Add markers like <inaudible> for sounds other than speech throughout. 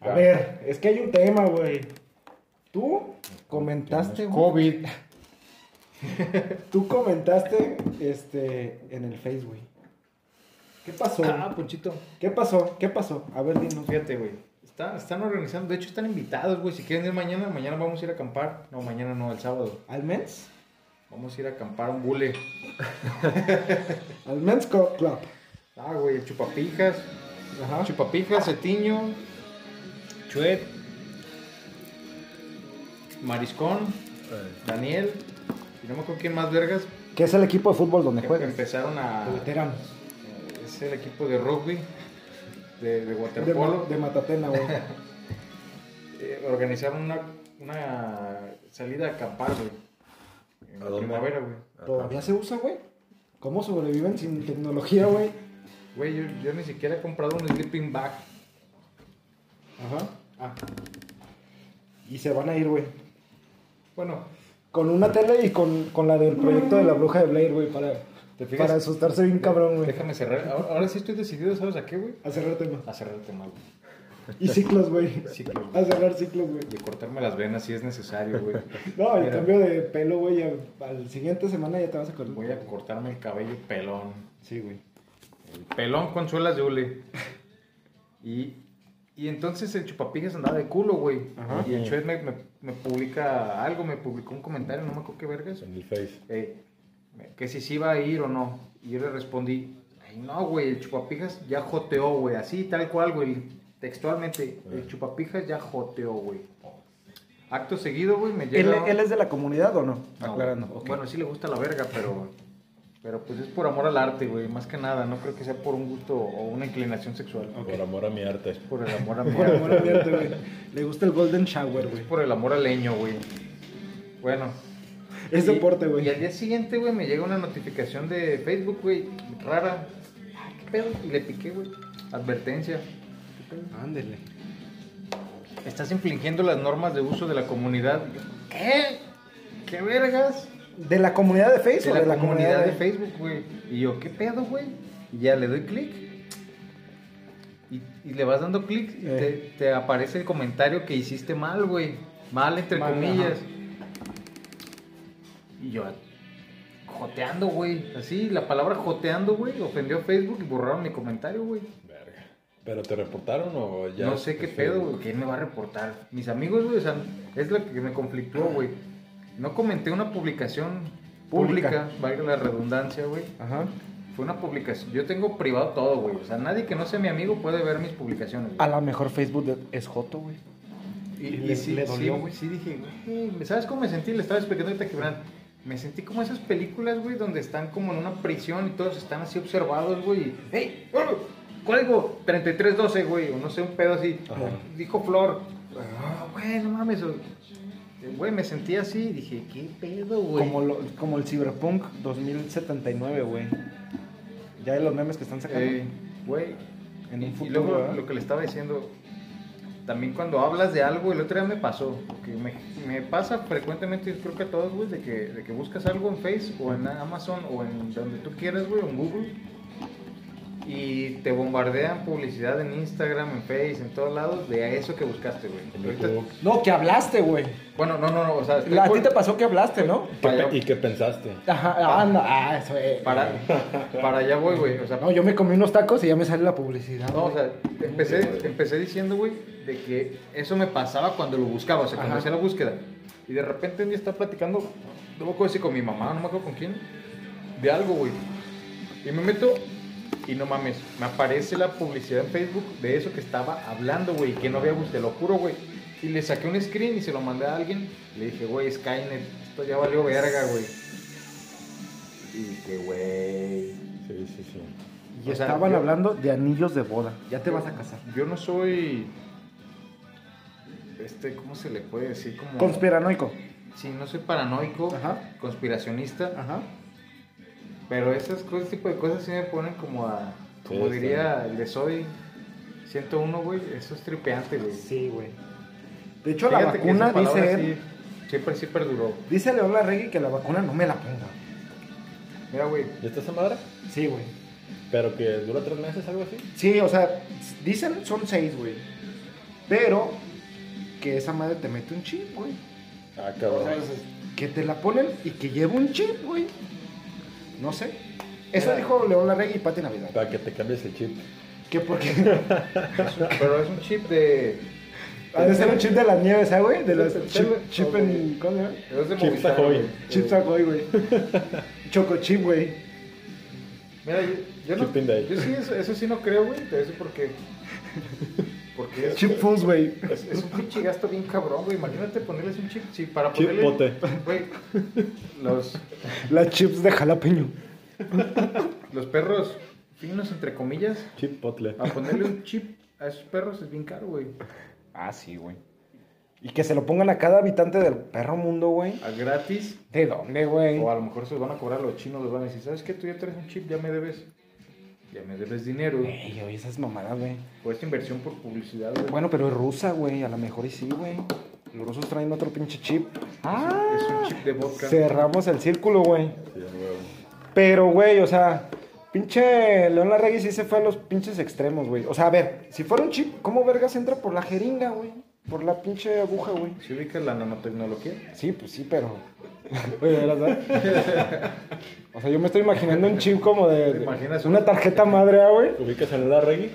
A ver, es que hay un tema, güey. Tú comentaste, güey. COVID. Tú comentaste este, en el Face, güey. ¿Qué pasó? Ah, Ponchito. ¿Qué pasó? ¿Qué pasó? A ver, dinos. Fíjate, güey. Está- están organizando, de hecho están invitados, güey. Si quieren ir mañana, mañana vamos a ir a acampar. No, mañana no, el sábado. ¿Al Men's? Vamos a ir a acampar a un bule. Al Men's Co- Club. Ah, güey, el chupapijas. Ajá. Chupapijas, Cetiño, Chuet, Mariscón, Daniel. Y no me acuerdo quién más vergas. Que es el equipo de fútbol donde que juegas. empezaron a. eh, Veteranos. Es el equipo de rugby, de, de De, ma- waterpolo. de Matatena, <laughs> güey. Eh, organizaron una, una salida a acampar, güey. En ¿A dónde? primavera, güey. ah, ¿Todavía se usa, güey? ¿Cómo sobreviven sin tecnología, güey? Güey, yo, yo ni siquiera he comprado un sleeping bag. Ajá. Ah, Y se van a ir, güey. bueno, Con una tele y con, con la del proyecto de la bruja de Blair, güey, para, ¿Te fijas? para asustarse bien cabrón, güey. déjame cerrar. Ahora, ahora sí estoy decidido, ¿sabes a qué, güey? A cerrar tema. A cerrar el tema, güey. Y ciclos, güey. Ciclos, A güey. cerrar ciclos, güey. Y cortarme las venas si es <laughs> necesario, güey. No, el Mira, cambio de pelo, güey, al, al siguiente semana ya te vas a cortar. Voy a cortarme el cabello pelón. Sí, güey. Pelón con suelas de hule. Y, y entonces el chupapijas andaba de culo, güey. Ajá. Y el Chuet me, me- me publica algo, me publicó un comentario, no me acuerdo qué vergas. En el Face. eh, que si se iba a ir o no. Y yo le respondí, ay no, güey, el chupapijas ya joteó, güey, así tal cual, güey, textualmente, el chupapijas ya joteó, güey. Acto seguido, güey, me ¿Él, llega... él es de la comunidad o no? No, Aclarando. güey, ok. Bueno, sí le gusta la verga, pero... Pero pues es por amor al arte, güey, más que nada, no creo que sea por un gusto o una inclinación sexual. Por amor a mi arte. Por el amor a mi Por arte. amor abierto, güey. Le gusta el Golden Shower, Es güey. por el amor al leño, güey. Bueno. Es Y- deporte, güey. Y al día siguiente, güey, me llega una notificación de Facebook, güey, rara. Ah, ¿Qué pedo? Y le piqué, güey. Advertencia. Ándele. Estás infringiendo las normas de uso de la comunidad. Y yo, ¿Qué? ¿Qué vergas? ¿De la comunidad de Facebook? De la, comunidad de Facebook, güey. Y yo, ¿qué pedo, güey? Y ya le doy clic. Y, y le vas dando clic y Eh. te, te aparece el comentario que hiciste mal, güey. Mal, entre Mal, comillas. ajá. Y yo, joteando, güey. Así, la palabra joteando, güey, ofendió a Facebook y borraron mi comentario, güey. Verga. ¿Pero te reportaron o ya? No sé qué pedo, güey. ¿Quién me va a reportar? Mis amigos, güey, o sea, es lo que me conflictó, güey. No comenté una publicación Pública. pública, valga la redundancia, güey. Ajá. Fue una publicación. Yo tengo privado todo, güey. O sea, nadie que no sea mi amigo puede ver mis publicaciones. güey. A lo mejor Facebook es Joto, güey. Y, Y y le- sí, le dolió, sí, güey. sí dije, güey, ¿sabes cómo me sentí? Le estaba explicando ahorita a Gibran. Me sentí como esas películas, güey, donde están como en una prisión y todos están así observados, güey. y, ¡Ey! ¡Oh! Código 3312, güey. O no sé, un pedo así. Dijo Flor. "Ah, Güey, no mames. o- Güey, me sentí así. Dije, ¿qué pedo, güey? Como, lo- como el Cyberpunk 2079, güey. Ya de los memes que están sacando. Eh, Güey. En un y- futuro, y luego ¿verdad? lo que le estaba diciendo, también cuando hablas de algo, el otro día me pasó, que me, me pasa frecuentemente, yo creo que a todos, güey, de que, de que buscas algo en Face o en Amazon o en donde tú quieras, güey, o en Google, y te bombardean publicidad en Instagram, en Face, en todos lados, de eso que buscaste, güey. En Ahorita- YouTube. No, que hablaste, güey. Bueno, no, no, no, o sea, estoy La- A por- ti te pasó que hablaste, ¿no? ¿Qué para, pe- ¿Y qué pensaste? Ajá, anda. Ah, eso es. para, para allá voy, güey, o sea, No, yo me comí unos tacos y ya me sale la publicidad. No, o güey. sea, empecé, empecé diciendo, güey, de que eso me pasaba cuando lo buscaba, o sea, cuando Ajá. hacía la búsqueda. Y de repente un día estaba platicando, no me acuerdo si con mi mamá, no me acuerdo con quién, de algo, güey. Y me meto y no mames, me aparece la publicidad en Facebook de eso que estaba hablando, güey, que no había bus- te lo juro, güey. Y le saqué un screen y se lo mandé a alguien. Le dije, güey, Skynet, esto ya valió verga, güey. Y que, güey. Sí, sí, sí. y o sea, estaban yo- hablando de anillos de boda. Ya te vas a casar. Yo no soy. Este, ¿cómo se le puede decir? Como. Conspiranoico. Sí, no soy paranoico, Ajá. conspiracionista, Ajá. pero esas cosas, ese tipo de cosas sí me ponen como a. Como Sí, diría el de Soy 101, güey. Eso es tripeante, güey. Sí, güey. De hecho, la Fíjate que esa vacuna, palabra dice él, sí- siempre sí perduró. Dice León Larregui que la vacuna no me la ponga. Mira, güey. ¿Ya está esa madre? Sí, güey. ¿Pero que dura tres meses, algo así? Sí, o sea, dicen son seis, güey. Pero que esa madre te mete un chip, güey. Ah, O sea, cabrón. que te la ponen y que lleva un chip, güey. No sé. Eso Mira. dijo León Larregui y Pati Navidad. Para que te cambies el chip. Que porque Pero es un chip de. <laughs> Ha de ser un chip de las nieves, ¿eh, güey? De los Del chip, tele- chip en... ¿Cómo se llama? Es de Chip Movistar, Ahoy. güey. Eh. Eh, Chip Ahoy, <laughs> güey. Choco chip, güey. Mira, yo, yo Chip in no. the Ahoy. Yo sí, eso, eso sí no creo, güey. Te voy a decir <laughs> por qué. Porque es, Chip Fools, güey. es, es un pinche gasto bien cabrón, güey. Imagínate ponerles un chip. Sí, para Chip ponerle. bote. Güey. Los, Las chips de jalapeño. los perros finos, entre comillas, Chip potle. a ponerle un chip a esos perros es bien caro, güey. Ah, sí, güey. Y que se lo pongan a cada habitante del perro mundo, güey. A gratis. ¿De dónde, güey? O a lo mejor se los van a cobrar a los chinos, los van a decir, ¿sabes qué? Tú ya traes un chip, ya me debes. Ya me debes dinero. Ey, oye, esas mamadas, güey. Por esta inversión por publicidad, güey. Bueno, pero es rusa, güey. A lo mejor y sí, güey. Los rusos traen otro pinche chip. Ah. Es un chip de vodka. Cerramos el círculo, güey. Sí, a huevo. Pero, güey, o sea, pinche León Larregui sí se fue a los pinches extremos, güey. O sea, a ver, si fuera un chip, ¿cómo vergas entra por la jeringa, güey? Por la pinche aguja, güey. ¿Se ubica la nanotecnología? <laughs> Sí, pues sí, pero. <laughs> Oye, ¿de verdad? O sea, yo me estoy imaginando un chip como de. ¿Te imaginas una un- tarjeta madre, ah, güey. ¿Ubicas a Lola Regui?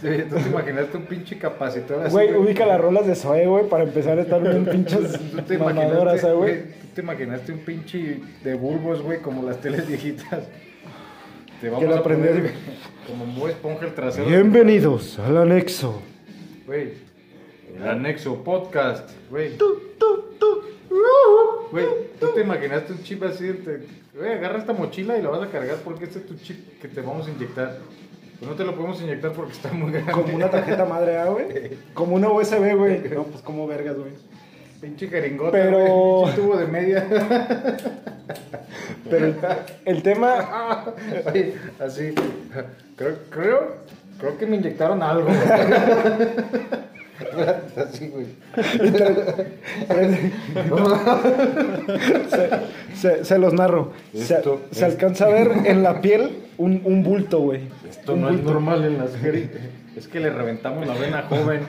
Sí, tú te imaginaste un pinche capacitor así. Güey, ubica las rolas de Zoe, güey, para empezar a estar <laughs> bien pinches Tú te mamadoras, imaginaste, ah, güey, güey. <laughs> tú te imaginaste un pinche de bulbos, güey, como las teles viejitas. Te vamos Que lo a poner, prendes, güey, Como muy esponja el trasero. Bienvenidos al anexo. Güey, el anexo podcast, güey. Güey, tú te imaginaste un chip así, te- güey, agarra esta mochila y la vas a cargar porque este es tu chip que te vamos a inyectar. Pues no te lo podemos inyectar porque está muy grande. Como una tarjeta madre, ah, güey. Como una USB, güey. No, pues como vergas, güey. Pinche jeringota, Pero- güey, <laughs> pinche tubo de media. Pero el, el tema. Oye, así. Creo, creo, creo que me inyectaron algo. así, güey. <laughs> Se, se los narro. Se, Esto- se alcanza a ver en la piel un, un bulto, güey. Esto no es normal en las jeringas. Es que le reventamos la vena joven.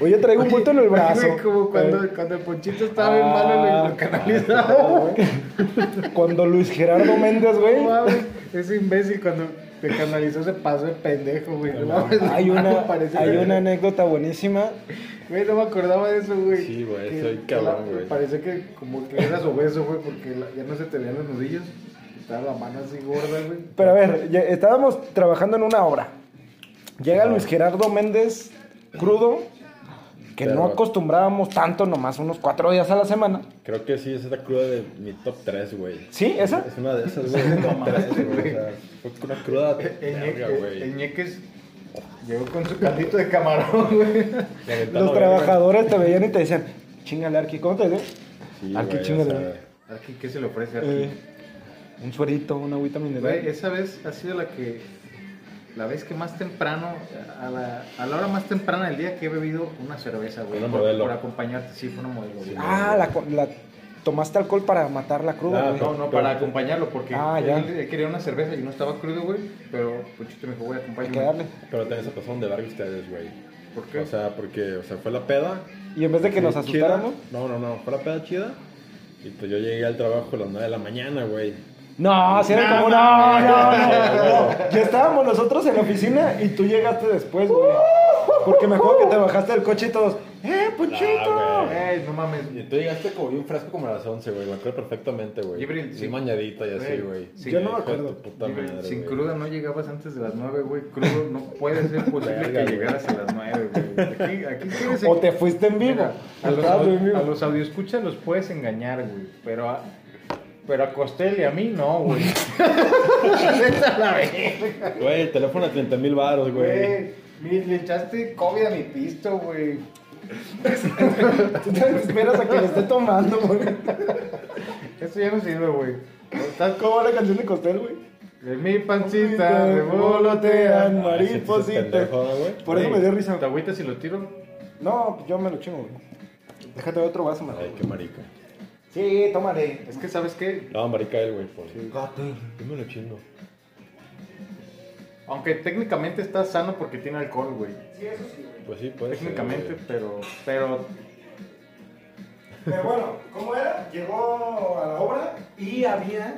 Oye, traigo un bulto en el brazo. Eh. Güey, como cuando, cuando el ponchito estaba bien malo, lo- lo canalizaba. <laughs> Cuando Luis Gerardo Méndez, güey. No mames, Ese imbécil cuando te canalizó se pasó de pendejo, güey. No mames, Hay <laughs> una, parece- hay una anécdota buenísima. Güey, no me acordaba de eso, güey. Sí, güey, Que- soy que la- cabrón, güey. Parece que como que eras obeso, güey, porque la- ya no se te veían los nudillos. Estaba la mano así gorda, güey. Pero a ver, ya- estábamos trabajando en una obra. Llega Luis Gerardo Méndez crudo, que no Pero- acostumbrábamos tanto, nomás unos cuatro días a la semana. Creo que sí, esa es la cruda de mi top 3, güey. ¿Sí? ¿Esa? Es una de esas, güey. mi top 3, güey. O sea, fue una cruda verga, E-, Eñeque- güey. Eñeques llegó con su caldito de camarón, güey. Reventando Los verga. trabajadores te veían y te decían, chingale, Arqui, ¿cómo te decían? Sí, Arqui, güey, o chingale. sea, Aquí, ¿qué se le ofrece a Eh, un suerito, una agüita mineral. Güey, esa vez ha sido la que. La vez que más temprano, a la, a la hora más temprana del día que he bebido una cerveza, güey. Una por, modelo. por acompañarte, sí, fue una modelo, güey. ah, la, co- la- tomaste alcohol para matar la cruda, Ah, güey. No, no, para acompañarlo, porque Ah, ya. él, él quería una cerveza y no estaba crudo, güey. Pero pues, Pochito me dijo, güey, Hay acompáñame. que darle. Pero también se pasaron de verga ustedes, güey. ¿Por qué? O sea, porque, o sea, fue la peda. Y en vez de que nos chida. asustáramos... No, no, no. Fue la peda chida. Y pues yo llegué al trabajo a las 9 de la mañana, güey. No, si era como, no, no, no, no. Ya estábamos nosotros en la oficina y tú llegaste después, güey. Porque me acuerdo que te bajaste del coche y todos, ¡eh, Ah, Ponchito! güey. Ey, no mames. Y tú llegaste como bien fresco como a las 11, güey. Me acuerdo perfectamente, güey. Gibril, Bien sí. mañadita y así, Güey, güey. sí. Yo no me Hijo de tu acuerdo. puta Digo, madre, sin güey. cruda no llegabas antes de las 9, güey. Crudo no puede <laughs> ser posible Verga, que güey. llegaras a las 9, güey. <laughs> Aquí, aquí quieres O te fuiste en vivo. Mira, a, los, Estabas au- en vivo. a los audioscuchas los puedes engañar, güey. Pero a, pero a Costel y a mí no, güey. <laughs> Esa es la verga, Güey, teléfono a 30 mil baros, güey. güey. Mi- Le echaste COVID a mi pisto, güey. Tú te esperas a que lo esté tomando, güey. Eso ya no sirve, güey. Estás ¿Cómo va la canción de Costel, güey? de mi pancita, revolotean. Ah, sí, tú estás mariposita. pendejo, güey. Por eso me dio risa. ¿Te agüitas si lo tiro? No, pues yo me lo chingo, güey. Déjate otro vaso, mejor. Ay, qué marica. Sí, tómale. Es que, ¿sabes qué? No, marica él, güey. por- Yo me lo chingo. Aunque técnicamente está sano porque tiene alcohol, güey. Pues sí, puede ser, Técnicamente, güey. pero. Pero. Pero bueno, ¿cómo era? Llegó a la obra y había,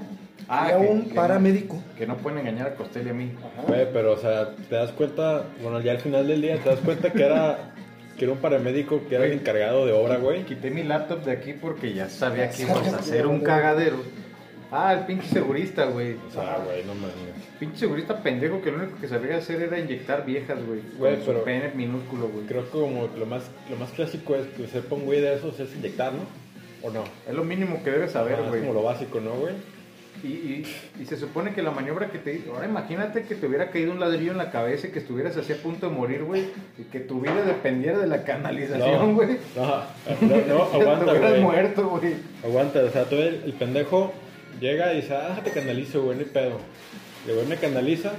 Ah, había que- un que- paramédico. Que no pueden engañar a Costelli a mí. Güey, pero o sea, te das cuenta, bueno, ya al final del día te das cuenta que era que era un paramédico, que era el encargado de obra, güey. Quité mi laptop de aquí porque ya sabía que íbamos a hacer un cagadero. Ah, el pinche segurista, güey. O sea, güey, no mames. Pinche segurista pendejo que lo único que sabía hacer era inyectar viejas, güey. Güey, Con su pero- pene minúsculo, güey. Creo que como lo más lo más clásico es que sepa un güey de esos es inyectar, ¿no? ¿O no? Es lo mínimo que debes saber, Ah, es güey. como lo básico, ¿no, güey? Y, y- y se supone que la maniobra que te Ahora imagínate que te hubiera caído un ladrillo en la cabeza y que estuvieras así a punto de morir, güey. Y que tu vida dependiera de la canalización, güey. no, no, no, <laughs> te aguanta, hubieras güey. muerto, güey. Aguanta, o sea, todo el, el pendejo llega y dice, ah, te canalizo, güey, ni pedo. El güey me canaliza,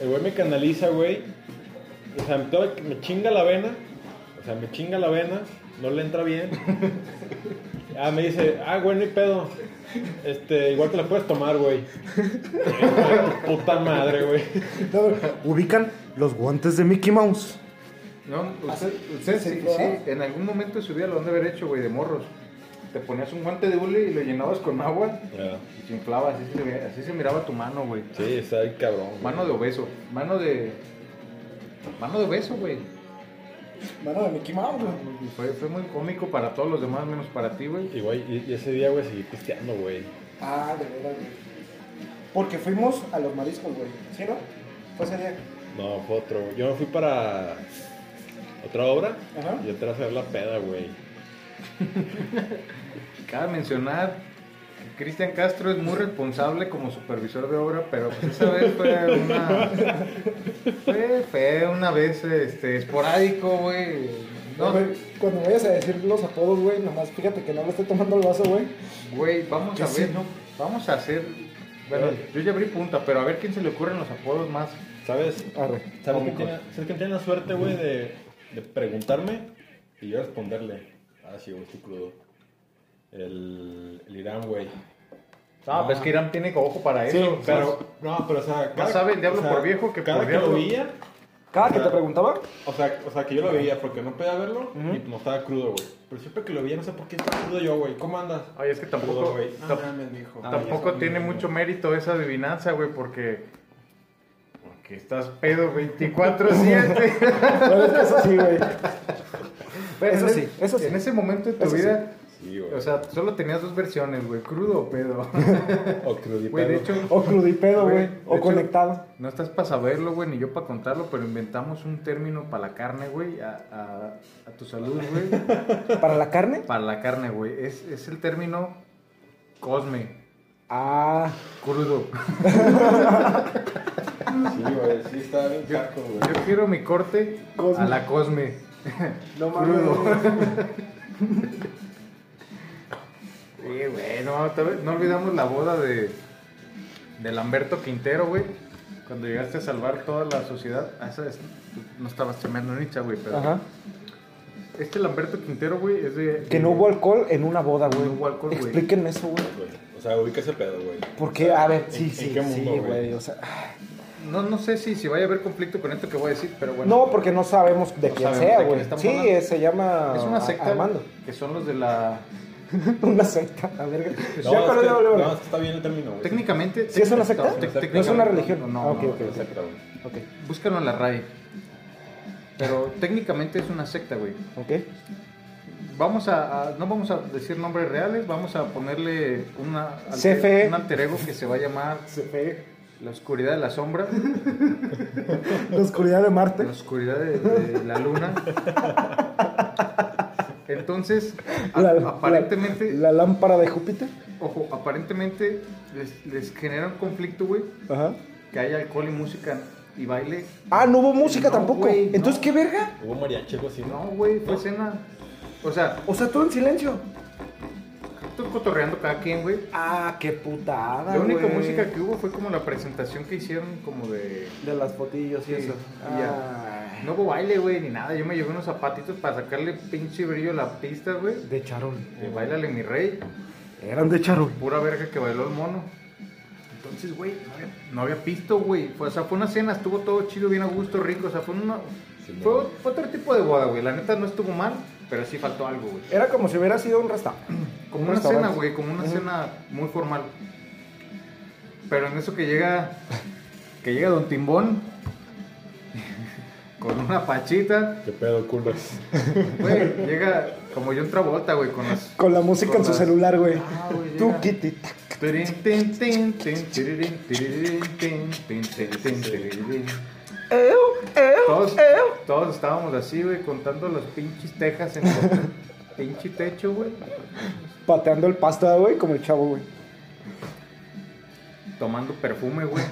el güey me canaliza, güey. O sea, todo- me chinga la vena, o sea, me chinga la vena, no le entra bien. Ah, me dice, ah, güey, ni pedo. Este, igual te la puedes tomar, güey. <laughs> Puta madre, güey. <laughs> Ubican los guantes de Mickey Mouse. No, usted, usted se sí, clavaba. sí, en algún momento de su vida lo han de haber hecho, güey, de morros. Te ponías un guante de hule y lo llenabas con agua Ya. y te inflabas. Así se, veía- así se miraba tu mano, güey. Sí, está el cabrón. güey. Mano de obeso. Mano de. Mano de obeso, güey. Mano de Mickey Mouse, güey. Fue, fue muy cómico para todos los demás, menos para ti, güey. Y, güey, y, y ese día, güey, seguí pisteando, güey. Ah, de verdad, güey. Porque fuimos a los mariscos, güey. ¿Sí, no? Fue ese día. No, fue otro. güey. Yo me fui para otra obra Ajá. y entré a hacer la peda, güey. Cabe mencionar que Cristian Castro es muy responsable como supervisor de obra, pero pues esa vez fue una. Fue, fue una vez este, esporádico, güey. No, Güey, Cuando vayas a decir los apodos, güey, nomás fíjate que no le esté tomando el vaso, güey. Güey, vamos Que a sí, ver, ¿no? vamos a hacer. Bueno, yo ya abrí punta, pero a ver quién se le ocurren los apodos más. ¿Sabes? Arre. ¿Sabes Cómico. quién tiene, ¿sabes quién tiene la suerte, güey, de, de preguntarme y yo responderle? Ah, sí, güey, estoy crudo. El, el Irán, güey. No, pero es que Irán tiene ojo para eso. o sea, pero, no, pero, o sea, sabe el diablo por viejo que cada por que diablo. lo veía, Cada que te preguntaba, o sea, o sea, que yo lo veía porque no podía verlo y no estaba crudo, güey. Pero siempre que lo veía, no sé por qué estaba crudo yo, güey. ¿Cómo andas? Ay, es que tampoco- Crudo, güey. No tam- mames, mijo. tampoco tiene mucho mérito esa adivinanza, güey, porque. Porque estás pedo 24-7. Bueno, es que eso sí, güey. Eso En sí, es- eso sí. En ese momento de tu Eso sí. vida, Sí, güey. o sea, solo tenías dos versiones, güey, crudo o pedo. o crudipedo. Güey, de hecho, O crudipedo, güey. Güey, de O hecho- conectado. No estás para saberlo, güey, ni yo para contarlo, pero inventamos un término para la carne, güey, a, a- a tu salud, güey. ¿Para la carne? para la carne, güey. Es, es el término cosme, Ah. crudo. Sí, güey, sí está bien Yo, caco, güey. yo quiero mi corte Cosme. a la cosme. No Crudo. Sí, güey, no, tal vez- no olvidamos la boda de, de Lamberto Quintero, güey. Cuando llegaste a salvar toda la sociedad. Ah, esa es- no estabas tremendo nicha, güey, <laughs> pero... Ajá. Este Lamberto Quintero, güey, es de. Que no de- hubo alcohol en una boda, güey. No hubo alcohol, güey. Explíquenme eso, güey. Güey, O sea, ubica ese pedo, güey. Porque, a ver, sí, ¿en sí, qué sí, mundo, güey? güey. O sea, No, no sé si, si vaya a haber conflicto con esto que voy a decir, pero bueno. no, porque no sabemos de No quién sabemos de sea, quién güey. estamos Sí, hablando. eh, se llama Es una Ar- secta Armando. <laughs> que son los de la. una secta, a ver. Pues No, Pues ya, es pero que- ya, ya, ya. no, es que está bien el término, güey. Técnicamente. ¿Sí es una secta? tec- ¿No es técnicamente- una religión? No, no, Ah, ok, no, ok, no, ok. Exacto, güey. Ok, Búscalo en la RAE. Pero técnicamente es una secta, güey. ok. Vamos a, a- No vamos a decir nombres reales, vamos a ponerle una, alter- CFE. un alter ego que se va a llamar La Oscuridad de la Sombra. La oscuridad de Marte. la oscuridad de, de la luna. Entonces, a- La- aparentemente, La, la lámpara de Júpiter. ojo, aparentemente les, les genera un conflicto, güey, Ajá. que haya alcohol y música y baile. Ah, no hubo música No, tampoco. güey, no. Entonces, ¿qué verga? Hubo mariachi, algo así, No, ¿no? güey, fue cena. O sea, O sea, todo en silencio. estoy cotorreando cada quien, güey. Ah, qué putada. La única güey. música que hubo fue como la presentación que hicieron como de... De las fotillos y Sí, eso. y ya. Ah. No hubo baile, güey, ni nada. Yo me llevé unos zapatitos para sacarle pinche brillo a la pista, güey. De charol. De Bailale mi rey. Eran de charol. Pura verga que bailó el mono. Entonces, güey, no había, no había pisto, güey. Fue- O sea, fue una cena, estuvo todo chido, bien a gusto, rico. O sea, fue, una, fue, fue otro tipo de boda, güey. La neta no estuvo mal, pero sí faltó algo, güey. Era como si hubiera sido un <clears throat> restaurante. Como Un una restaurante. cena, güey, como una Ujú. cena muy formal. Pero en eso que llega, que llega Don Timbón <laughs> con una pachita, ¿Qué pedo, culos? güey, llega como yo en Travolta, güey, con las... Con la música con en su las- celular, güey. Ah, güey, Tú, llega. Kitty. tac. Tirin, tin, tin, tin, tiririn, tiririn, tin, tin, tin, tin, tiririn. Todos, todos estábamos así, güey, contando las pinches tejas en el <laughs> pinche techo, güey. Pateando el pasto, ah, güey, como el chavo, güey. Tomando <laughs> perfume, güey.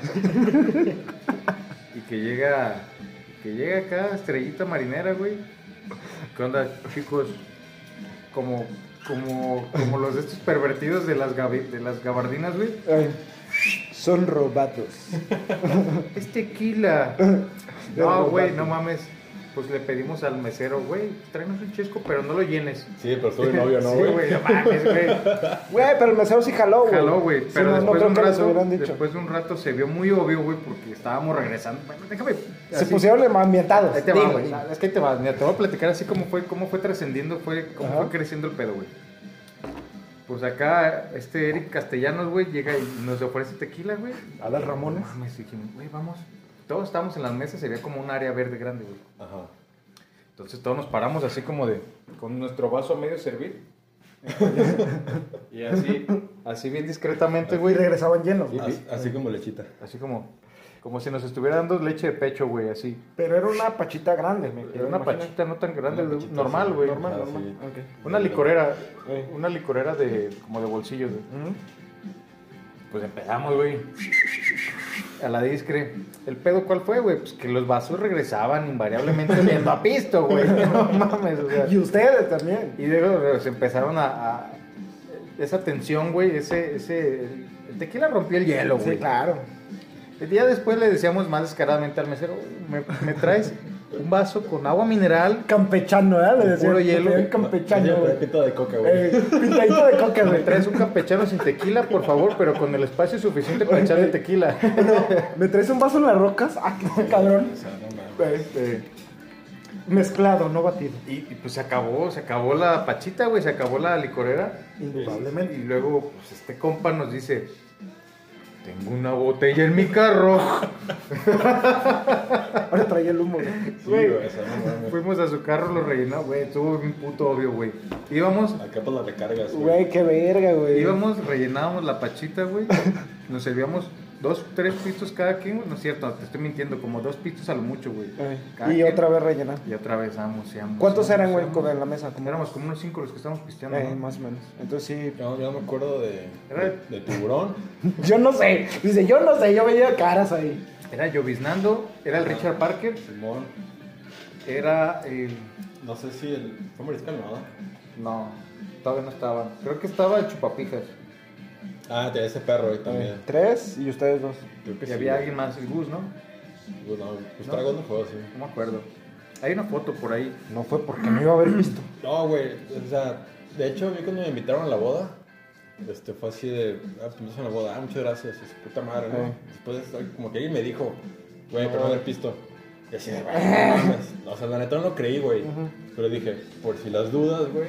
Y que llega, que llega acá estrellita marinera, güey. ¿Qué onda, chicos? Como, como, como los de estos pervertidos de las, gavi- de las gabardinas, güey. Ay, Son robados. Es <laughs> tequila. No, güey, no mames. Pues le pedimos al mesero, güey, tráenos un chesco, pero no lo llenes. Sí, pero soy novio, ¿no, güey? Sí, güey, no mames, güey. Güey, pero el mesero sí jaló, güey. Jaló, güey. Sí, Pero no, no después, creo de un que les rato, hubieran dicho. después de un rato se vio muy obvio, güey, porque estábamos regresando. Bueno, déjame. Se así. pusieron ambientados. Ahí te va, Dime. güey. Es que ahí te vas. Mira, te voy a platicar así cómo fue, cómo fue trascendiendo, fue, cómo Ajá. fue creciendo el pedo, güey. Pues acá, este Eric Castellanos, güey, llega y nos ofrece tequila, güey. Adal Ramones. No mames, dijimos, güey, vamos. Todos estábamos en las mesas, sería como un área verde grande, güey. Ajá. Entonces todos nos paramos así como de, con nuestro vaso a medio servir. <laughs> y así, así bien discretamente, Y güey. regresaban llenos, güey. Así, así como lechita. Así como, como si nos estuviera dando leche de pecho, güey, así. Pero era una pachita grande, me Era una imagino. pachita no tan grande, Una güey, pachita normal, así, güey. Ah, normal, Ajá, normal. sí. Ok. Una licorera, Eh. una licorera de, como de bolsillos, güey. Ujú. Pues empezamos, güey. A la discre. ¿El pedo cuál fue, güey? Pues que los vasos regresaban invariablemente viendo a pisto, <laughs> güey. No mames, o sea. Y ustedes también. Y luego se empezaron a, a- Esa tensión, güey, ese... ese el tequila rompió el hielo, güey. Sí, claro. El día después le decíamos más descaradamente al mesero, me, me traes un vaso con agua mineral, Campechano, ¿eh? Le Con decían. puro le hielo. decían Tenía Campechano, güey. pito de coca, güey. Eh, pintadito de coca, me güey. traes un campechano sin tequila, por favor, pero con el espacio suficiente para echarle tequila. No, ¿Me traes un vaso en las rocas? Ah, <laughs> qué cabrón. O sea, no mames. Este, mezclado, no batido. Y, y, pues se acabó, se acabó la pachita, güey, se acabó la licorera. Indudablemente. Y luego, pues este compa nos dice, tengo una botella en <laughs> mi carro. Ahora traía el humo, güey. Sí, güey, o sea, no mames. Fuimos a su carro, lo rellenamos, güey, estuvo un puto obvio, güey. Íbamos, Acá por las recargas, güey. Güey, qué verga, güey. íbamos, rellenábamos la pachita, güey. Nos servíamos dos, tres pistos cada quien, güey. no es cierto, te estoy mintiendo, como dos pistos a lo mucho, güey. Eh, Cada Y quien. otra vez rellenar. Y otra vez, amos, y amos, ¿Cuántos y amos, eran, y güey, amos. con- en la mesa? Como- Éramos como unos cinco los que estábamos pisteando. Eh, ¿no? más o menos. Entonces sí. <laughs> Yo, yo me acuerdo de, Era- de, de tiburón. Yo no sé. Dice, yo no sé. Yo veía caras ahí. Era Lloviznando, era el Ajá. Richard Parker, Simón. era el... No sé si el. Fue mariscal, ¿no? No, todavía no estaba. Creo que estaba el Chupapijas. Ah, tenía ese perro ahí también. Eh, Tres y ustedes dos. Creo que Y sí. había alguien más, el Gus, ¿no? Pues no, pues Dragón no fue así. No me acuerdo. Hay una foto por ahí. No fue porque no iba a haber visto. No, güey, o sea, de hecho a mí cuando me invitaron a la boda, este, fue así de, ah, pues me hicieron la boda, ah, muchas gracias, y su puta madre, ¿no? Ah. Después como que alguien me dijo, güey, pero no el pisto. Y así de, "Ah, no <laughs> mames". o sea, la neta no lo creí, güey. Ujú. Pero dije, por si las dudas, güey,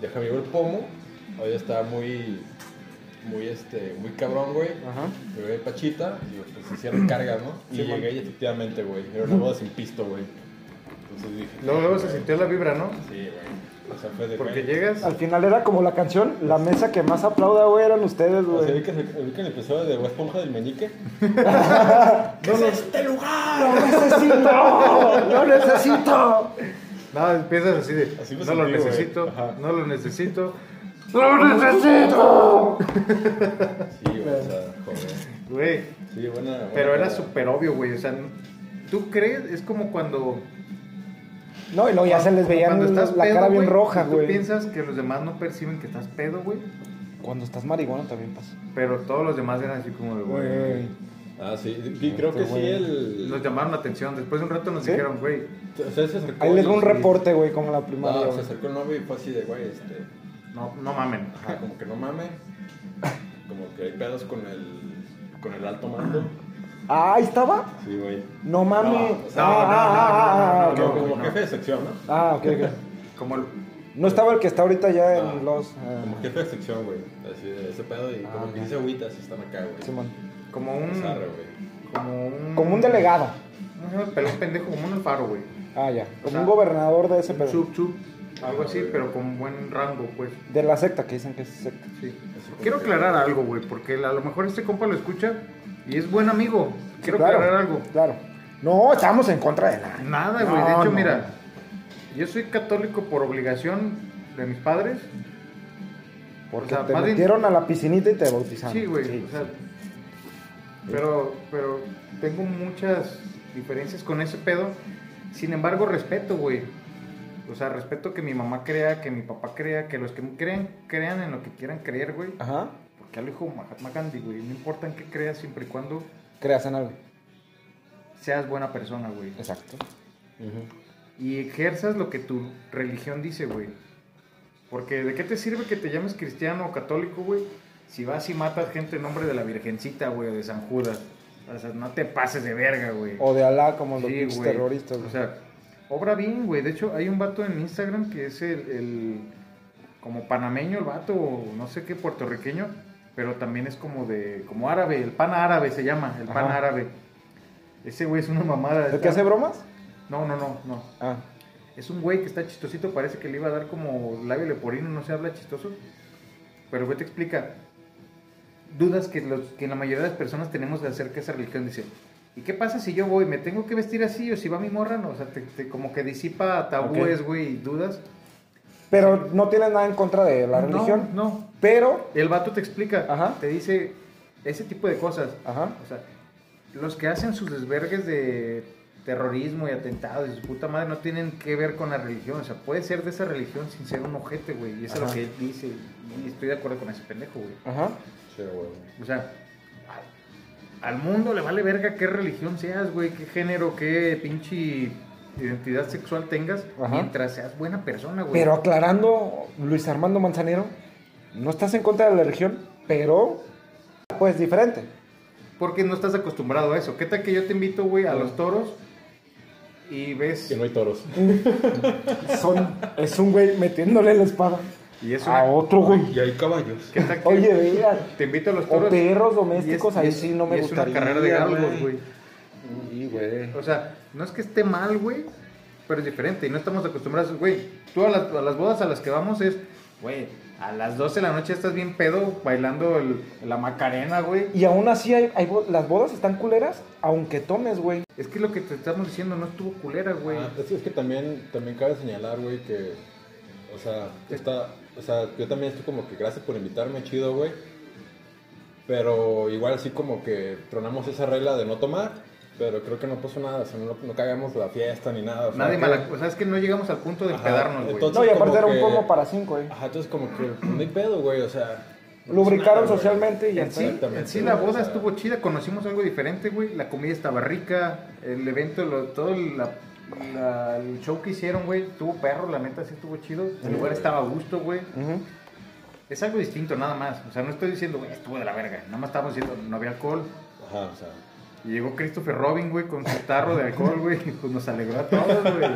déjame ir el pomo. Hoy está muy, muy, este, muy cabrón, güey. Ajá. Me voy de pachita y pues hicieron cargas, ¿no? Y Ah. Sí, llegué y efectivamente, güey, era una boda sin pisto, güey. Entonces dije, Luego, luego se "Güey". sintió la vibra, ¿no? Sí, güey. O sea, fue de Porque güey. llegas... Al final era como la canción. La mesa que más aplauda, güey, eran ustedes, O sea, vi güey. que, vi que el episodio de Bob Esponja del Meñique. No, no. ¡Ah, ¡Lo necesito! <laughs> ¡Lo necesito! No, empiezas así de... Así no lo lo sentí, güey. necesito, Ajá. no lo <laughs> necesito. ¡Lo necesito! Sí, güey, o sea, joder. Güey, Sí, buena. buena pero era peda. súper obvio, güey. O sea, ¿tú crees? Es como cuando... No, y luego ya se les veía la cuando cara pedo, bien güey, roja, Tú güey. piensas que los demás no perciben que estás pedo, güey. Cuando estás marihuana también pasa. Pero todos los demás eran así como de, güey... Ah, sí. Y creo que sí, güey. el. Nos llamaron la atención. Después de un rato nos ¿Sí? dijeron, güey, O sea, se acercó. Ahí les va un y- reporte, güey, como la No, primaria, se güey. acercó el novio y fue así de, güey, este. no, no mamen. Ajá, como que no mames. Como que hay pedos con el. con el alto mando. Ah, ahí estaba. Sí, güey. No mames. No, o sea, Ah, ah, ah, ah, Como, ok, ok. como jefe de sección, ¿no? Ah, ok, ok. Como el. No estaba el que está ahorita ya en Ah, los. ah, Como jefe de sección, güey. Así de ese pedo y como Ah, 15 agüitas están acá, güey. Simón. Como un. Zarra, güey. Como un. Como un delegado. ¿Cómo se llama? Pero un pendejo, como un alfaro, güey. Ah, ya. Como sea, un gobernador de ese Un pedo. sub, sub. Algo así, pero con buen rango, pues. De la secta, que dicen que es secta. Sí. Quiero aclarar algo, güey, porque a lo mejor este compa lo escucha y es buen amigo. Quiero Claro, aclarar algo. Claro. No, estamos en contra de nada. Nada, güey. de No, hecho, no. mira, yo soy católico por obligación de mis padres. Porque O sea, te más bien- metieron a la piscinita y te bautizaron. Sí, güey. o sea, pero, pero tengo muchas diferencias con ese pedo. Sin embargo, respeto, güey. O sea, respeto que mi mamá crea, que mi papá crea, que los que creen, crean en lo que quieran creer, güey. Ajá. Porque ya lo dijo Mahatma Gandhi, güey. No importa en qué creas, siempre y cuando Creas en algo. seas buena persona, güey. Exacto. y ejerzas lo que tu religión dice, güey. Porque ¿de qué te sirve que te llames cristiano o católico, güey? Si vas y matas gente en nombre de la Virgencita, güey, o de San Judas. O sea, no te pases de verga, güey. O de Alá, como los Sí, pinches güey. terroristas. güey. O sea, obra bien, güey. De hecho, hay un vato en Instagram que es el, el- como panameño el vato, o no sé qué, puertorriqueño, pero también es como de, como árabe, el pan árabe se llama, el pan Ajá. árabe. Ese güey es una mamada. ¿El que hace bromas? No, no, no, no. Ah. Es un güey que está chistosito, parece que le iba a dar como labio leporino, no se habla chistoso. Pero güey te explica dudas que, los, que la mayoría de las personas tenemos de acerca de esa religión. Dice, ¿y qué pasa si yo voy? ¿Me tengo que vestir así o si va mi morra? No, o sea, te, te- como que disipa tabúes, güey, y dudas. Pero no tienen nada en contra de la No, religión. No, Pero. El vato te explica, Ajá. te dice ese tipo de cosas. Ajá. O sea, los que hacen sus desvergues de terrorismo y atentados y su puta madre no tienen que ver con la religión. O sea, puede ser de esa religión sin ser un ojete, güey. Y eso es Ajá. lo que él dice. Y estoy de acuerdo con ese pendejo, güey. Ajá. Sí, güey. O sea, al mundo le vale verga qué religión seas, güey, qué género, qué pinche identidad sexual tengas, Ajá. mientras seas buena persona, güey. Pero aclarando, Luis Armando Manzanero, no estás en contra de la religión, pero. Pues diferente. Porque no estás acostumbrado a eso. ¿Qué tal que yo te invito, güey, a los toros y ves... Que no hay toros. Son, es un güey metiéndole la espada Y es a una- otro güey. Y hay caballos. ¿Qué tal <laughs> que Oye, mira. te invito a los O toros? perros y domésticos, es- ahí y es- sí no me y es gustaría. una carrera de galgos, güey. güey. Sí, güey. O sea, no es que esté mal, güey, pero es diferente. Y no estamos acostumbrados, güey. Tú a las, a las bodas a las que vamos es, güey, a las 12 de la noche estás bien pedo bailando el- la macarena, güey. Y aún así hay, hay bo- las bodas están culeras, aunque tomes, güey. Es que lo que te estamos diciendo no estuvo culera, güey. Ah, es, es que también, también cabe señalar, güey, que. O sea, está, o sea, yo también estoy como que gracias por invitarme, chido, güey. Pero igual sí como que tronamos esa regla de no tomar, pero creo que no pasó nada, o sea, no, no cagamos la fiesta ni nada. o sea, Nadie que- mala, o sea, es que no llegamos al punto de Ajá, pedarnos, güey. entonces- No, y aparte como era un que- pomo para cinco, eh. güey. Ajá, entonces como que no hay pedo, güey, o sea. no Lubricaron pasó nada, güey. socialmente y ya En sí, está. Exactamente, en sí la güey, boda o sea. estuvo chida, conocimos algo diferente, güey. La comida estaba rica, el evento, lo- todo la- la- el show que hicieron, güey, tuvo perro, la neta sí estuvo chido. El lugar güey. estaba a gusto, güey. Ujú. Es algo distinto, nada más. O sea, no estoy diciendo, güey, estuvo de la verga. Nada más estábamos diciendo, no había alcohol. Ajá, o sea. Y llegó Christopher Robin, güey, con su tarro de alcohol, güey. <laughs> y Pues nos alegró a todos, güey.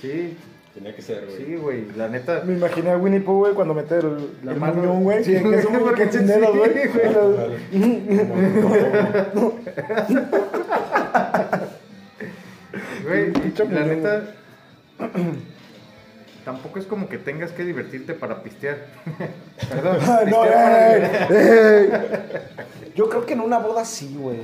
Sí, Tenía que ser, güey. sí, güey. La neta, Me imaginé a Winnie Pooh, güey, cuando mete el, La el mano. muñón, güey. Sí, que es <laughs> un porque cochinero, sí, güey. güey. Como- como- Güey, Pinche la muñón, neta. <clears throat> Tampoco es como que tengas que divertirte para pistear. <laughs> Perdón. Ah, <laughs> no, pistear para ey, divertir. ey. <laughs> Yo creo que en una boda sí, güey.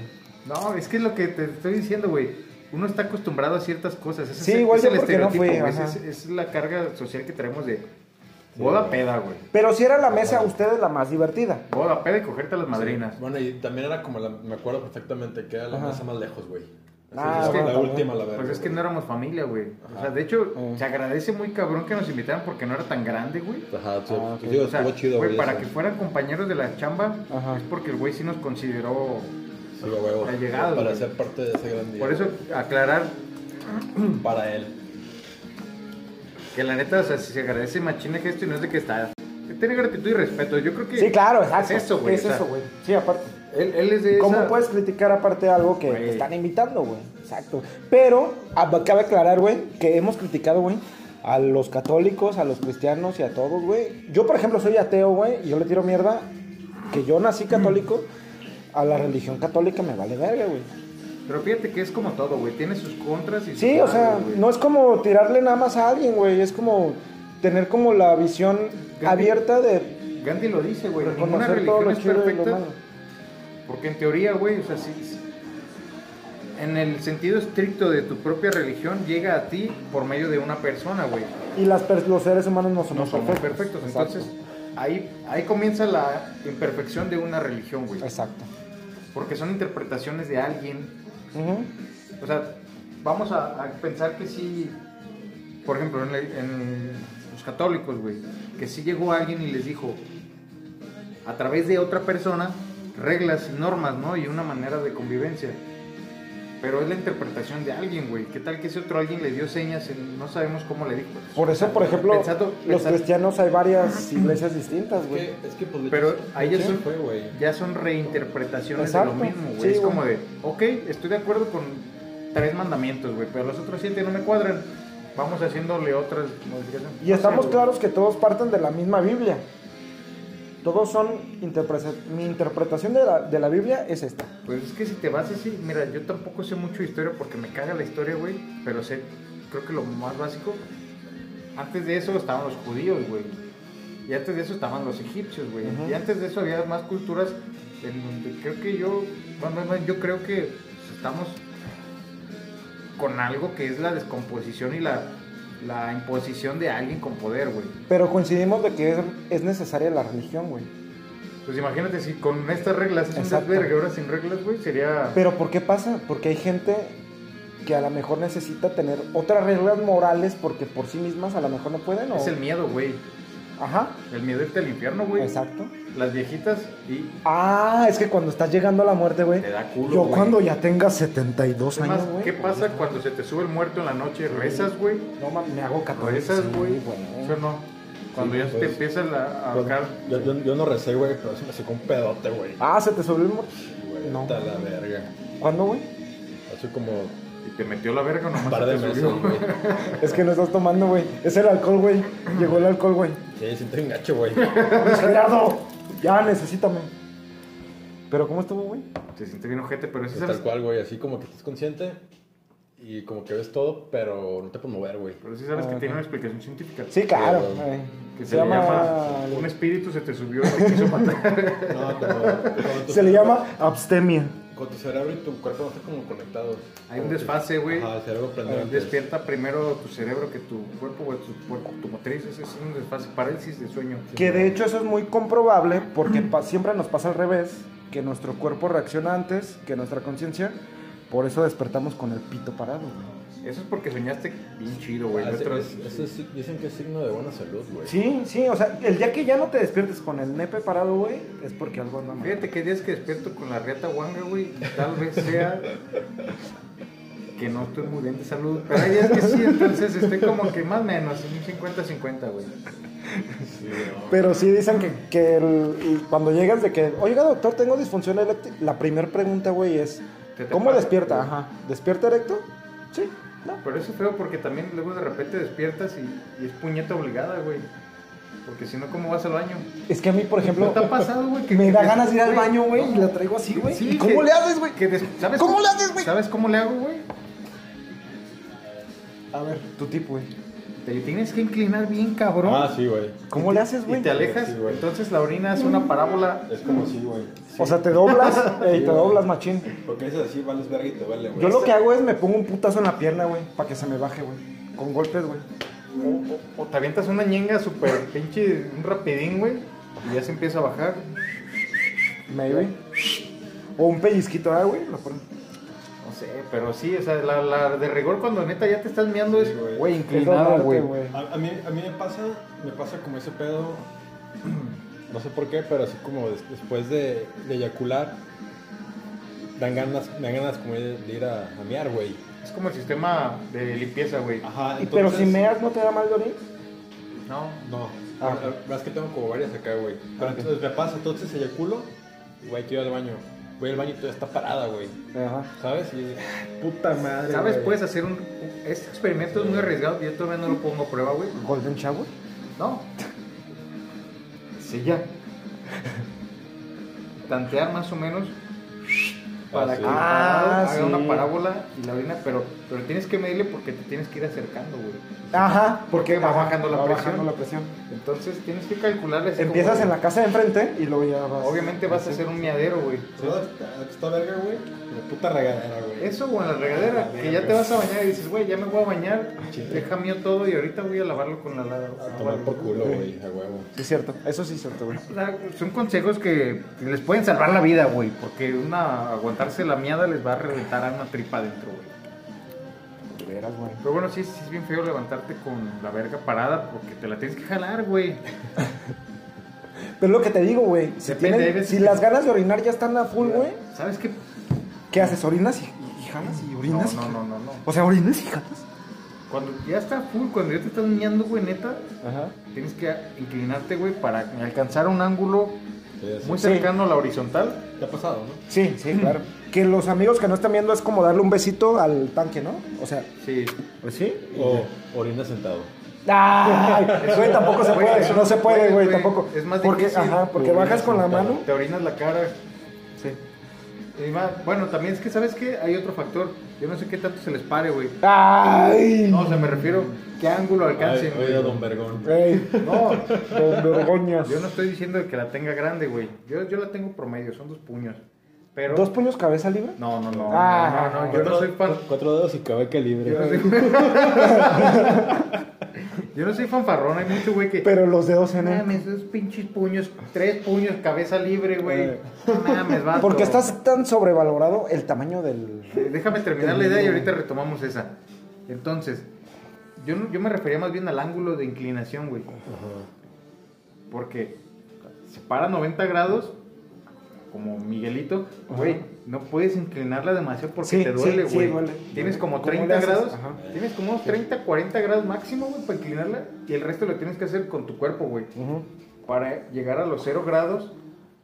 No, es que es lo que te estoy diciendo, güey. Uno está acostumbrado a ciertas cosas. Ese Sí, es, igual es yo el porque no estereotipo, fui, güey. Ese ajá. Es, es la carga social que traemos de boda güey. peda, güey. Pero si era la mesa, ustedes la más divertida. Boda peda y cogerte a las madrinas. Bueno, y también era como la. Me acuerdo perfectamente que era la Ajá. mesa más lejos, güey. Ah, Así, bueno, la también. última, la verdad. Pues es que no éramos familia, güey. O Ajá. sea, de hecho, Mm. se agradece muy cabrón que nos invitaran porque no era tan grande, güey. Ajá, sí, Ah, ok. pues digo, O sea, estuvo chido, güey, güey. para o sea, que fueran compañeros de la chamba Ajá. es porque el güey sí nos consideró. sí, a huevo. la llegada, Para güey. ser parte de ese gran día. Por eso aclarar Para él. que la neta, o sea, si se agradece machine gesto y no es de que está. que Tiene gratitud y respeto. Yo creo que Sí, claro, exacto. es eso, güey. Es o sea, eso, güey. Sí, aparte. Él, él es de ¿Cómo esa- puedes criticar aparte algo que Güey. te están invitando, güey? Exacto. Pero ab- cabe aclarar, güey, que hemos criticado, güey, a los católicos, a los cristianos y a todos, güey. Yo, por ejemplo, soy ateo, güey, y yo le tiro mierda que yo nací católico. A la religión católica me vale verga, güey. Pero fíjate que es como todo, güey. Tiene sus contras y sus Sí, o sea, lados, güey. no es como tirarle nada más a alguien, güey. Es como tener como la visión Gandhi- abierta de Gandhi lo dice, güey. Ninguna reconocer todo religión lo es chido y lo perfecta. malo. Porque en teoría, güey, o sea, si, si- en el sentido estricto de tu propia religión, llega a ti por medio de una persona, güey. Y las pers- los seres humanos no No somos, somos perfectos. Exacto. Entonces, ahí, ahí comienza la imperfección de una religión, güey. Exacto. Porque son interpretaciones de alguien. Ujú. O sea, vamos a, a pensar que sí, por ejemplo, en, el- en los católicos, güey, que sí llegó alguien y les dijo, a través de otra persona, reglas y normas, ¿no? Y una manera de convivencia. Pero es la interpretación de alguien, güey. ¿Qué tal que ese otro alguien le dio señas? en- no sabemos cómo le dijo. Por eso, por ejemplo, Pensando- los pensando- cristianos hay varias iglesias distintas, güey. Es que pues, Pero ahí es se un- fue, güey. ya son reinterpretaciones Exacto. de lo mismo, güey. Sí, es güey. como de, ok, estoy de acuerdo con tres mandamientos, güey, pero los otros siete no me cuadran. Vamos haciéndole otras modificaciones. Y estamos claros claros que todos parten de la misma Biblia. Todos son interpreta- mi interpretación de la, de la Biblia es esta. Pues es que si te vas así, mira, yo tampoco sé mucho de historia porque me caga la historia, güey, pero sé, creo que lo más básico, antes de eso estaban los judíos, güey, y antes de eso estaban los egipcios, güey, Ujú. y antes de eso había más culturas en donde creo que yo, bueno, no, yo creo que estamos con algo que es la descomposición y la, la imposición de alguien con poder, güey. Pero coincidimos de que es, es necesaria la religión, güey. Pues imagínate si con estas reglas es un Exacto. desvergue, ahora sin reglas, güey, sería... Pero ¿por qué pasa? Porque hay gente que a lo mejor necesita tener otras reglas morales porque por sí mismas a lo mejor no pueden. ¿o? Es el miedo, güey. Ajá, El miedo de irte al infierno, güey. exacto. Las viejitas y Ah, es que cuando estás llegando a la muerte, güey. te da culo. Yo güey. cuando ya tenga 72 Es más, años, güey. ¿Qué pasa cuando se te sube el muerto en la noche? ¿Rezas, güey? No mames, me hago católico. ¿Rezas, Sí, güey? ¿Sí o no? Cuando Sí, ya se te pues. empieza la- a Cuando- ahorcar. Pues, yo, yo- yo no recé, güey, pero se me sacó un pedote, güey. Ah, se te subió el muerto. Güey, no. hasta la verga. ¿Cuándo, güey? Hace como Y te metió la verga un nomás. par se de te meses, subió. güey. Es que no estás tomando, güey. Es el alcohol, güey. Llegó el alcohol, güey. Sí, siento un <laughs> gacho, güey. Luis Gerardo, ya necesítame. Pero ¿cómo estuvo, güey? Se siente bien ojete, pero sí Es tal sabes, cual, güey. Así como que estás consciente y como que ves todo, pero no te puedes mover, güey. pero sí sabes que Ah, tiene ok. una explicación científica. Sí, claro. Sí, güey. eh. Que se, le llama... Un espíritu se te subió y te quiso <laughs> matar. No, como, como tu Se le cerebro- llama abstemia. Con tu cerebro y tu cuerpo no están como conectados. Hay un desfase, güey. Ajá, el cerebro prende antes. Despierta primero tu cerebro que tu cuerpo, güey, tu, cuerpo- tu motriz. Ese es un desfase, parálisis de sueño. Que de hecho eso es muy comprobable porque pa- siempre nos pasa al revés, que nuestro cuerpo reacciona antes que nuestra conciencia. Por eso despertamos con el pito parado, güey. Eso es porque soñaste bien chido, güey. Ah, ese- Otras- es- ese es- dicen que es signo de buena salud, güey. Sí, sí, o sea, el día que ya no te despiertes con el nepe parado, güey, es porque algo anda mal. Fíjate que días que despierto con la riata guanga, güey, tal vez sea que no estoy muy bien de salud, pero hay días que sí, entonces estoy como que más o menos, en un 50-50, güey. Sí, no. Pero sí dicen que, que el- cuando llegas de que, oiga doctor, tengo disfunción eréctil, la primera pregunta, güey, es, ¿Te te ¿cómo paras, despierta? güey? Ajá, ¿despierta erecto? Sí, no. Pero eso es feo porque también luego de repente despiertas y, y es puñeta obligada, güey. Porque si no, ¿cómo vas al baño? Es que a mí, por ¿No ejemplo, te ha pasado, güey? me da ganas de ir al baño, güey, y la traigo así, güey. Sí, ¿Y ¿Cómo que- le haces, güey? que des- ¿sabes ¿Cómo le haces, güey? ¿Sabes cómo le hago, güey? A ver, tu tipo, güey. Te tienes que inclinar bien, cabrón. Ah, sí, güey. ¿Cómo le haces, y güey? te alejas, Sí, güey. entonces la orina es una parábola Es como así, güey. O sea, te <laughs> doblas eh, y te güey. doblas, machín. Porque dices así, vales verga y te vale, güey. Yo lo que hago es me pongo un putazo en la pierna, güey, para que se me baje, güey. Con golpes, güey. O, o- o te avientas una ñenga súper pinche, un rapidín, güey, y ya se empieza a bajar. Maybe. O un pellizquito, ah, güey. lo pones. No sé, pero sí, o sea, la, la de rigor cuando neta ya te estás meando es, Sí, güey. güey, Es inclinado, doblarte, güey. A, a mí, a mí me pasa, me pasa como ese pedo, <clears throat> no sé por qué, pero así como des- después de, de eyacular, dan ganas, me dan ganas como de, de ir a, a mear, güey. Es como el sistema de limpieza, güey. Ajá, Y Pero si entonces- meas, ¿no te da mal de orín? No, No, Ah. la verdad es que tengo como varias acá, güey. Pero Ok. entonces me pasa, entonces eyaculo, güey, quiero ir al baño. voy al baño y toda está parada, güey. Ajá. ¿Sabes? Y yo <laughs> "Ah, digo, Puta madre. ¿Sabes? pues? güey. Puedes hacer un. un- Este experimento es muy arriesgado. Yo todavía no lo pongo a prueba, güey. Golden Shower. <laughs> No. Sí, ya. Tantear más o menos para que Ah, sí. el parado Ah, haga sí. una parábola y la orina, pero, pero tienes que medirle porque te tienes que ir acercando, güey. Ajá. Porque va bajando la va presión. bajando la presión. Entonces tienes que calcularle. así Empiezas como- en la casa de enfrente y luego ya vas. Obviamente vas a hacer un miadero, güey. ¿sabes? Está verga, güey. La puta regadera, güey. Eso o en la regadera, que ya te vas a bañar y dices, güey, ya me voy a bañar, Ah, deja mío todo y ahorita voy a lavarlo con la A tomar por lavadora. culo, güey, a huevo. Sí, es cierto. Eso sí es cierto, güey. O sea, Son consejos que les pueden salvar la vida, güey, porque una aguantarse la miada les va a reventar a una tripa adentro, güey. De veras, güey. Pero bueno, sí, sí es bien feo levantarte con la verga parada porque te la tienes que jalar, güey. Pero es lo que te digo, güey. Si, Depende, tienen- hay veces si que- las ganas de orinar ya están a full, güey, ¿Sabes qué? ¿qué haces? ¿Orinas y, y jalas y No, orinas? y no, jalas? no, no, no. O sea, orinas y jalas. Cuando ya está full, cuando ya te estás miando, güey, neta, Ajá. tienes que inclinarte, güey, para alcanzar un ángulo Sí, sí. muy Sí. cercano a la horizontal. ¿Te ha pasado, no? Sí, sí, claro. Que los amigos que no están viendo es como darle un besito al tanque, ¿no? O sea, Sí. pues sí. O orina sentado. <laughs> ¡Ay! Güey, tampoco se Güey, puede. eso No se puede, güey, tampoco. Es más porque, difícil. Ajá, porque Uy, bajas con la resultado. mano. Te orinas la cara. Sí. Y va- bueno, también es que, ¿sabes qué? Hay otro factor. Yo no sé qué tanto se les pare, güey. ¡Ay! No, o sea, me refiero, ¿qué ángulo alcancen, Ay, güey? Oiga, don Vergón. Ey, No, don Vergoñas. yo no estoy diciendo que la tenga grande, güey. Yo, yo la tengo promedio, son dos puños. Pero... ¿Dos puños cabeza libre? No, no, no. Ah, no, no, yo Cuatro- no soy fan... Cuatro dedos y cabeca <laughs> libre. Yo no soy, <laughs> yo no soy fanfarrón, hay mucho, güey, que... Pero los dedos en él. Mames, esos pinches puños, tres puños, cabeza libre, güey. Eh. No Mames, vato. Porque estás tan sobrevalorado el tamaño del. Eh, Déjame terminar la idea y ahorita retomamos esa. Entonces, yo, no- yo me refería más bien al ángulo de inclinación, güey. Porque se para 90 grados, como Miguelito, güey, no puedes inclinarla demasiado porque Sí, te duele, sí, sí, güey. duele. Tienes como ¿Cómo le 30 haces? grados, Ajá. tienes como unos 30, 40 grados máximo, güey, para inclinarla y el resto lo tienes que hacer con tu cuerpo, güey. Ujú. Para llegar a los 0 grados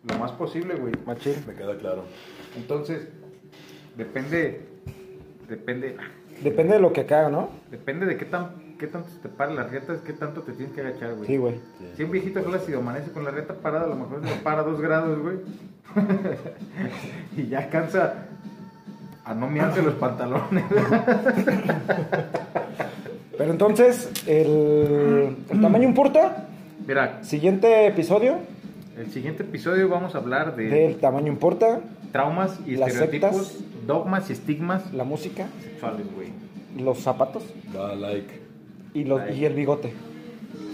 lo más posible, güey. Machín. Me queda claro. Entonces, depende, depende, ah, Depende de lo que haga, ¿no? depende de qué tan, qué tanto se te paran las retas, qué tanto te tienes que agachar, güey. Sí, güey. Si un viejito es flácido amanece con la reta parada, a lo mejor se lo para dos grados, güey. <laughs> y ya alcanza a no mearse los pantalones. Pero entonces, el, el tamaño importa. Mira, Siguiente episodio el siguiente episodio vamos a hablar de del tamaño importa, traumas y las estereotipos, sectas. dogmas y estigmas la música, sexuales, güey. los zapatos Da like. y, los, y el bigote.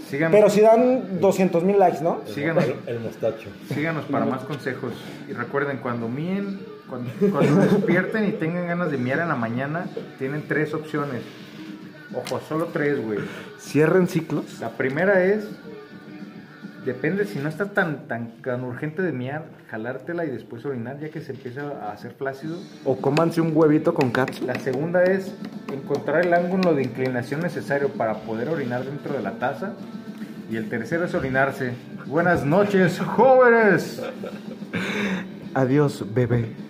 Síganos, Pero si dan 200 mil likes, ¿no? El- Síganos. El, el mostacho. síganos para más consejos. Y recuerden, cuando míen, cuando, cuando despierten y tengan ganas de miar en la mañana, tienen tres opciones. Ojo, solo tres, güey. Cierren ciclos. La primera es, depende si no está tan, tan, tan urgente de miar, jalártela y después orinar ya que se empieza a hacer flácido. O cómanse un huevito con cápsula. La segunda es encontrar el ángulo de inclinación necesario para poder orinar dentro de la taza. Y el tercero es orinarse. Buenas noches, jóvenes. Adiós, bebé.